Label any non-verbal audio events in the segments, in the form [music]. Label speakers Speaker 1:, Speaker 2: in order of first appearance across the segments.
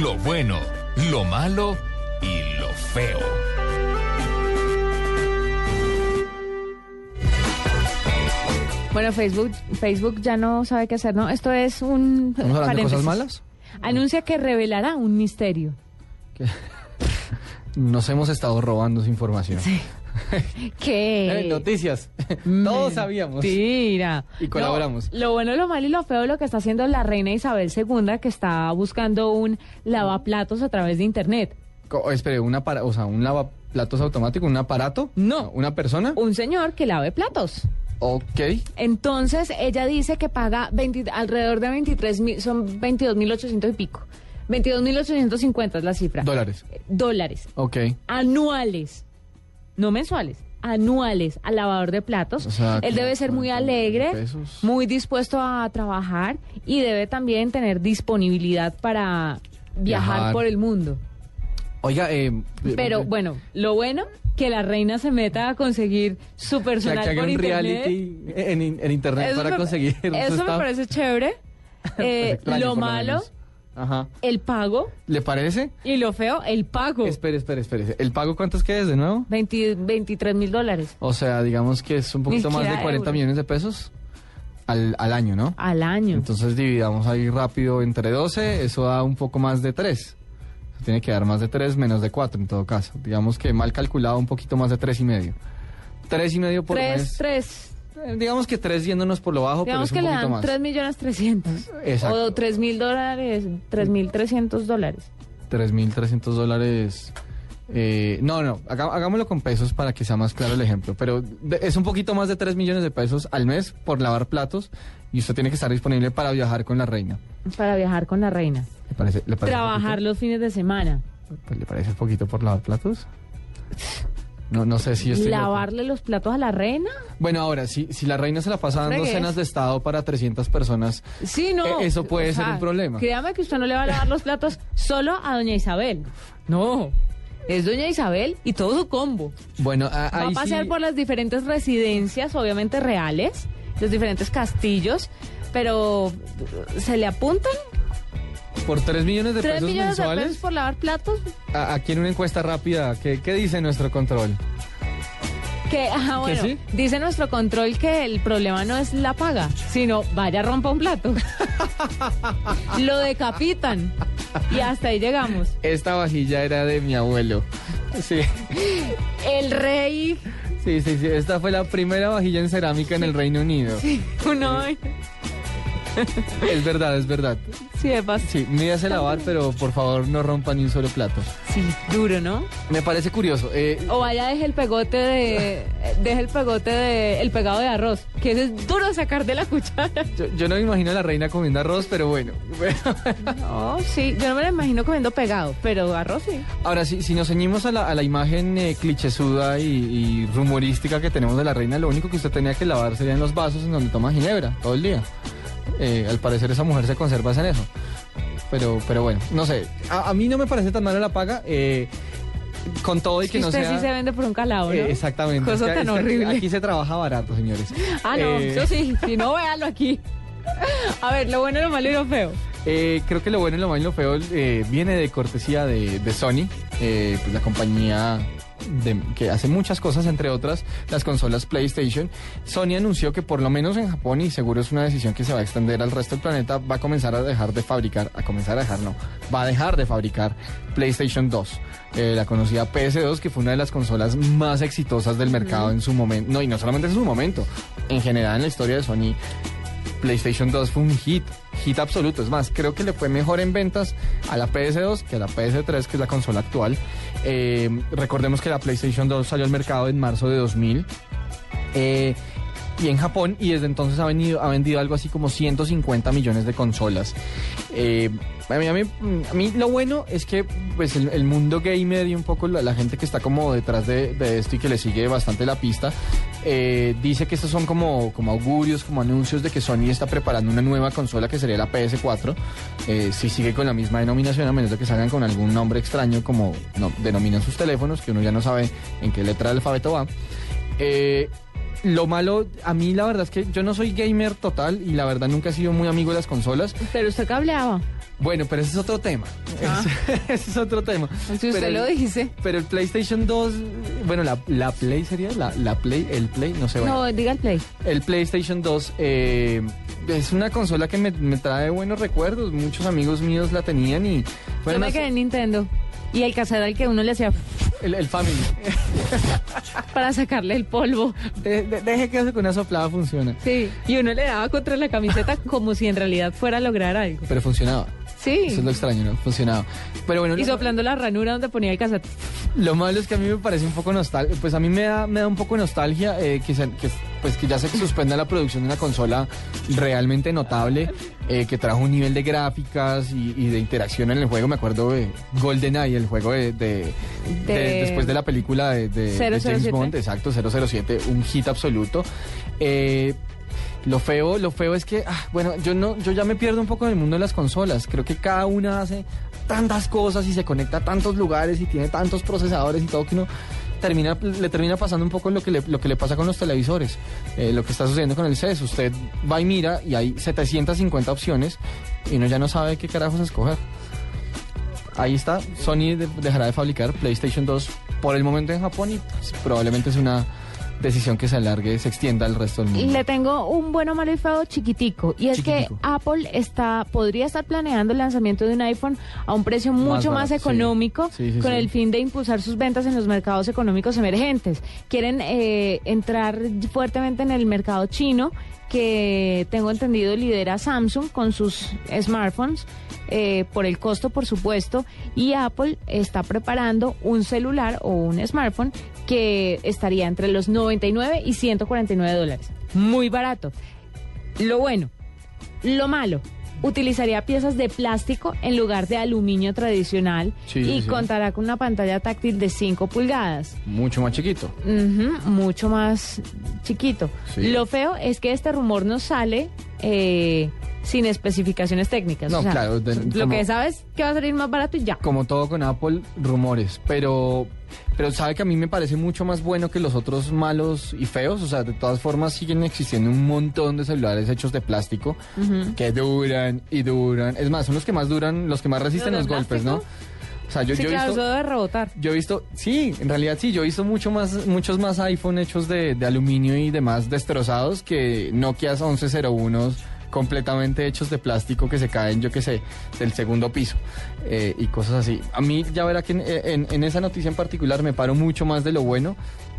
Speaker 1: lo bueno, lo malo y lo feo.
Speaker 2: Bueno, Facebook, Facebook ya no sabe qué hacer, ¿no? Esto es un...
Speaker 3: ¿Vamos hablando de
Speaker 2: paréntesis.
Speaker 3: cosas malas?
Speaker 2: Anuncia que revelará un misterio.
Speaker 3: Que Nos hemos estado robando esa información. Eh,
Speaker 2: ¿Qué?
Speaker 3: noticias.
Speaker 2: Mm.
Speaker 3: Todos sabíamos.
Speaker 2: Tira.
Speaker 3: Y colaboramos.
Speaker 2: lo bueno, lo malo y lo feo, lo que está haciendo la reina Isabel II, que está buscando un lavaplatos a través de Internet.
Speaker 3: Co- espere, una para, o sea, un lavaplatos automático, un aparato?
Speaker 2: No.
Speaker 3: ¿Una persona?
Speaker 2: Un señor que lave platos.
Speaker 3: Ok.
Speaker 2: Entonces, ella dice que paga 20 alrededor de 23 mil, son 22.800 y pico. 22.850 es la cifra.
Speaker 3: Dólares.
Speaker 2: Eh, Dólares.
Speaker 3: Ok.
Speaker 2: Anuales. No mensuales. Anuales al lavador de platos.
Speaker 3: O sea,
Speaker 2: Él
Speaker 3: como
Speaker 2: debe ser muy
Speaker 3: 40.000
Speaker 2: alegre,
Speaker 3: pesos.
Speaker 2: muy dispuesto a trabajar y debe también tener disponibilidad para viajar,
Speaker 3: Viajar.
Speaker 2: por el mundo.
Speaker 3: Oiga, eh,
Speaker 2: Pero
Speaker 3: eh,
Speaker 2: bueno, lo bueno, que la reina se meta a conseguir su
Speaker 3: que- que
Speaker 2: personal
Speaker 3: haga
Speaker 2: por
Speaker 3: un
Speaker 2: internet.
Speaker 3: reality en, in- en internet para
Speaker 2: me-
Speaker 3: conseguir. su
Speaker 2: [laughs] Eso me
Speaker 3: staff.
Speaker 2: parece
Speaker 3: [laughs]
Speaker 2: chévere. Eh,
Speaker 3: Extraño,
Speaker 2: lo
Speaker 3: por
Speaker 2: malo,
Speaker 3: menos. Ajá.
Speaker 2: el pago.
Speaker 3: ¿Le parece?
Speaker 2: Y lo feo, el pago.
Speaker 3: Espere, espere, espere. ¿El pago cuánto es que es de nuevo?
Speaker 2: 20 23 mil dólares
Speaker 3: O sea, digamos que es un poquito más de
Speaker 2: siquiera
Speaker 3: 40
Speaker 2: euros.
Speaker 3: millones de pesos al, al año, ¿no?
Speaker 2: al año.
Speaker 3: Entonces dividamos ahí rápido entre 12, eso da un poco más de 3. Tiene que dar más de 3 menos de 4 en todo caso. Digamos que mal calculado un poquito más de 3 y medio. 3 y medio por
Speaker 2: tres,
Speaker 3: mes.
Speaker 2: tres.
Speaker 3: Eh, Digamos que 3 yéndonos por lo bajo,
Speaker 2: Digamos que
Speaker 3: pero es
Speaker 2: le
Speaker 3: un
Speaker 2: dan
Speaker 3: poquito más.
Speaker 2: 3 millones 300.
Speaker 3: Exacto.
Speaker 2: O 3 mil dólares, 3 mil 300 dólares.
Speaker 3: 3.300 dólares. eh, no, no, haga- hagámoslo con pesos para que sea más claro el ejemplo. Pero de- es un poquito más de 3 millones de pesos al mes por lavar platos y usted tiene que estar disponible para viajar con la reina.
Speaker 2: Para viajar con la reina.
Speaker 3: ¿Le parece, le parece
Speaker 2: Trabajar los fines de semana.
Speaker 3: poquito? Pues, ¿Le parece poquito por lavar platos? No, no sé si estoy. loco.
Speaker 2: Lavarle los platos a la reina.
Speaker 3: Bueno, ahora, si, si la reina se la pasa dando
Speaker 2: Fregues.
Speaker 3: cenas de estado para 300 personas,
Speaker 2: Sí, no.
Speaker 3: Eh, eso puede ser un problema.
Speaker 2: Créame que usted no le va a lavar los platos solo a doña Isabel. No. Es doña Isabel y todo su combo.
Speaker 3: bueno, a-
Speaker 2: Va a
Speaker 3: ahí
Speaker 2: pasear
Speaker 3: sí-
Speaker 2: por las diferentes residencias, obviamente reales, los diferentes castillos, pero se le apuntan
Speaker 3: por 3 millones de
Speaker 2: 3
Speaker 3: pesos
Speaker 2: millones de
Speaker 3: mensuales.
Speaker 2: pesos por lavar platos.
Speaker 3: a- aquí en una encuesta rápida, ¿qué, qué dice nuestro control?
Speaker 2: Que, ah,
Speaker 3: ¿Que
Speaker 2: bueno,
Speaker 3: sí?
Speaker 2: dice nuestro control que el problema no es la paga, sino vaya rompa un [laughs] plato. Lo decapitan. Y hasta ahí llegamos.
Speaker 3: Esta vajilla era de mi abuelo. Sí,
Speaker 2: El rey [laughs]
Speaker 3: sí, sí, sí. Esta fue la primera vajilla en cerámica en el Reino Unido.
Speaker 2: Uno, sí,
Speaker 3: Es verdad, es verdad.
Speaker 2: de paso.
Speaker 3: Sí, mídase lavar, pero por favor no rompa ni un solo plato.
Speaker 2: Sí, duro, ¿no?
Speaker 3: Me parece curioso. eh,
Speaker 2: O vaya, deje el pegote de. eh, Deje el pegote de. El pegado de arroz. Que ese es duro sacar de la cuchara.
Speaker 3: yo, yo no me imagino a la reina comiendo arroz, pero bueno. [laughs]
Speaker 2: No, sí. Yo no me lo imagino comiendo pegado, pero arroz sí.
Speaker 3: Ahora, si, si nos ceñimos a la, a la imagen eh, clichesuda y, y rumorística que tenemos de la reina, lo único que usted tenía que lavar serían los vasos en donde toma ginebra todo el día. Eh, al parecer esa mujer se conserva en eso. Pero, pero bueno, no sé. A, a mí no me parece tan mala la paga. eh, con todo y
Speaker 2: Es
Speaker 3: que,
Speaker 2: que
Speaker 3: no
Speaker 2: usted
Speaker 3: sea...
Speaker 2: sí se vende por un calado, ¿no?
Speaker 3: Eh, exactamente.
Speaker 2: Cosa
Speaker 3: Es que-
Speaker 2: tan
Speaker 3: es que
Speaker 2: horrible.
Speaker 3: Aquí se trabaja barato, señores.
Speaker 2: Ah, no,
Speaker 3: Eh,
Speaker 2: eso sí. Si no, véalo aquí. A ver, lo bueno, lo malo y lo feo.
Speaker 3: Eh, creo que lo bueno y lo malo y lo feo eh, viene de cortesía de, de Sony, eh, pues la compañía de- que hace muchas cosas, entre otras las consolas PlayStation. Sony anunció que por lo menos en Japón, y seguro es una decisión que se va a extender al resto del planeta, va a comenzar a dejar de fabricar, a comenzar a dejar, no, va a dejar de fabricar PlayStation 2. eh, la conocida PS2, que fue una de las consolas más exitosas del mercado en su momento. No, y no solamente en su momento, en general en la historia de Sony. PlayStation 2 fue un hit, hit absoluto. Es más, creo que le fue mejor en ventas a la PS2 que a la PS3, que es la consola actual. Eh, recordemos que la PlayStation 2 salió al mercado en marzo de 2000. eh, y en Japón, y desde entonces ha, venido, ha vendido algo así como 150 millones de consolas. Eh, a, mí, a mí- a mí lo bueno es que pues, el, el mundo gamer y un poco la, la gente que está como detrás de, de esto y que le sigue bastante la pista, eh, dice que estos son como, como augurios, como anuncios de que Sony está preparando una nueva consola que sería la PS4. eh, si sigue con la misma denominación, a menos de que salgan con algún nombre extraño como no, denominan sus teléfonos, que uno ya no sabe en qué letra del alfabeto va. Eh, lo malo, a mí la verdad es que yo no soy gamer total y la verdad nunca he sido muy amigo de las consolas.
Speaker 2: Pero usted cableaba.
Speaker 3: Bueno, pero ese es otro tema.
Speaker 2: Ah.
Speaker 3: Ese- [laughs] ese es otro tema.
Speaker 2: Si usted
Speaker 3: Pero el-
Speaker 2: lo dice.
Speaker 3: Pero el PlayStation 2, bueno, la, la Play sería, la, la Play, el Play, no sé. bueno.
Speaker 2: No, diga el play.
Speaker 3: El PlayStation 2 eh, es una consola que me, me trae buenos recuerdos. Muchos amigos míos la tenían y...
Speaker 2: Yo
Speaker 3: bueno,
Speaker 2: me quedé en Nintendo. Y el cassette al que uno le hacía
Speaker 3: el,
Speaker 2: [laughs]
Speaker 3: el Family.
Speaker 2: para sacarle el polvo.
Speaker 3: De- de- deje que eso con una soplada funciona.
Speaker 2: Sí. Y uno le daba contra la camiseta como si en realidad fuera a lograr algo.
Speaker 3: Pero funcionaba.
Speaker 2: Sí.
Speaker 3: Eso es lo extraño, ¿no? Funcionaba. Pero bueno,
Speaker 2: Y
Speaker 3: lo,
Speaker 2: soplando la ranura donde ponía el cassette.
Speaker 3: lo malo es que a mí me parece un poco nostálgico. Pues a mí me da, me da un poco de nostalgia eh, que, se- que- pues que ya se suspenda la producción de una consola realmente notable eh, que trajo un nivel de gráficas y, y de interacción en el juego. Me acuerdo de GoldenEye, el juego de, de-
Speaker 2: De-
Speaker 3: de- después de la película de, de- de James
Speaker 2: 007.
Speaker 3: Bond, exacto, 007, un hit absoluto. Eh, Lo feo, lo feo es que, ah, bueno, yo no, yo ya me pierdo un poco en el mundo de las consolas. Creo que cada una hace tantas cosas y se conecta a tantos lugares y tiene tantos procesadores y todo que uno termina, le termina pasando un poco lo que le, lo que le pasa con los televisores, eh, lo que está sucediendo con el CES. Usted va y mira y hay 750 opciones y uno ya no sabe qué carajos escoger. Ahí está, Sony de- dejará de fabricar PlayStation 2 por el momento en Japón y pues, probablemente es una decisión que se alargue, se extienda al resto del mundo.
Speaker 2: Le tengo un bueno, malo y feo chiquitico. Y es
Speaker 3: Chiquitico.
Speaker 2: que Apple está, podría estar planeando el lanzamiento de un iPhone a un precio mucho más,
Speaker 3: barato, sí.
Speaker 2: económico
Speaker 3: Sí, sí,
Speaker 2: con
Speaker 3: sí.
Speaker 2: el fin de impulsar sus ventas en los mercados económicos emergentes. Quieren eh, entrar fuertemente en el mercado chino que tengo entendido lidera Samsung con sus smartphones eh, por el costo, por supuesto, y Apple está preparando un celular o un smartphone que estaría entre los 99 y 149 dólares. Muy barato. Lo bueno, lo malo, utilizaría piezas de plástico en lugar de aluminio tradicional
Speaker 3: Sí,
Speaker 2: y
Speaker 3: sí.
Speaker 2: contará con una pantalla táctil de 5 pulgadas.
Speaker 3: Mucho más chiquito.
Speaker 2: Ujú, mucho más chiquito.
Speaker 3: Sí.
Speaker 2: Lo feo es que este rumor no sale eh, sin especificaciones técnicas.
Speaker 3: No,
Speaker 2: o sea,
Speaker 3: claro, de-
Speaker 2: lo
Speaker 3: como-
Speaker 2: que sabes que va a salir más barato y ya.
Speaker 3: Como todo con Apple, rumores. Pero, pero sabe que a mí me parece mucho más bueno que los otros malos y feos. O sea, de todas formas siguen existiendo un montón de celulares hechos de plástico que duran y duran. Es más, son los que más duran, los que más resisten
Speaker 2: ¿Los
Speaker 3: los
Speaker 2: de
Speaker 3: golpes, ¿no?
Speaker 2: plástico?
Speaker 3: O sea, yo,
Speaker 2: sí,
Speaker 3: yo he
Speaker 2: claro,
Speaker 3: visto...
Speaker 2: eso debe rebotar.
Speaker 3: Yo he visto, sí, en realidad sí, yo he visto mucho más, muchos más iPhone hechos de, de aluminio y demás destrozados que Nokia 1101 completamente hechos de plástico que se caen, yo qué sé, del segundo piso eh, y cosas así. A mí ya verá que en, en- en esa noticia en particular me paro mucho más de lo bueno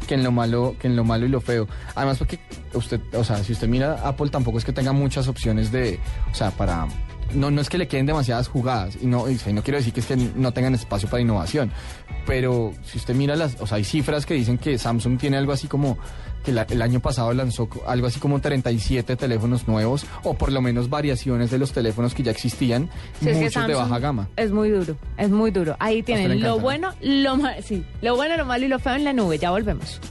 Speaker 3: que en lo malo, que en lo malo y lo feo. Además porque usted, o sea, si usted mira Apple tampoco es que tenga muchas opciones de, o sea, para no, no es que le queden demasiadas jugadas, y no, y, o sea, no quiero decir que es que no tengan espacio para innovación, pero si usted mira las, o sea, hay cifras que dicen que Samsung tiene algo así como, que la- el año pasado lanzó co- algo así como 37 teléfonos nuevos, o por lo menos variaciones de los teléfonos que ya existían,
Speaker 2: Si es que
Speaker 3: muchos de
Speaker 2: Samsung
Speaker 3: baja gama.
Speaker 2: Es muy duro, es muy duro. Ahí
Speaker 3: le
Speaker 2: tienen
Speaker 3: encanta,
Speaker 2: lo
Speaker 3: ¿no?
Speaker 2: bueno, lo ma- sí, lo bueno, lo malo y lo feo en la nube. Ya volvemos.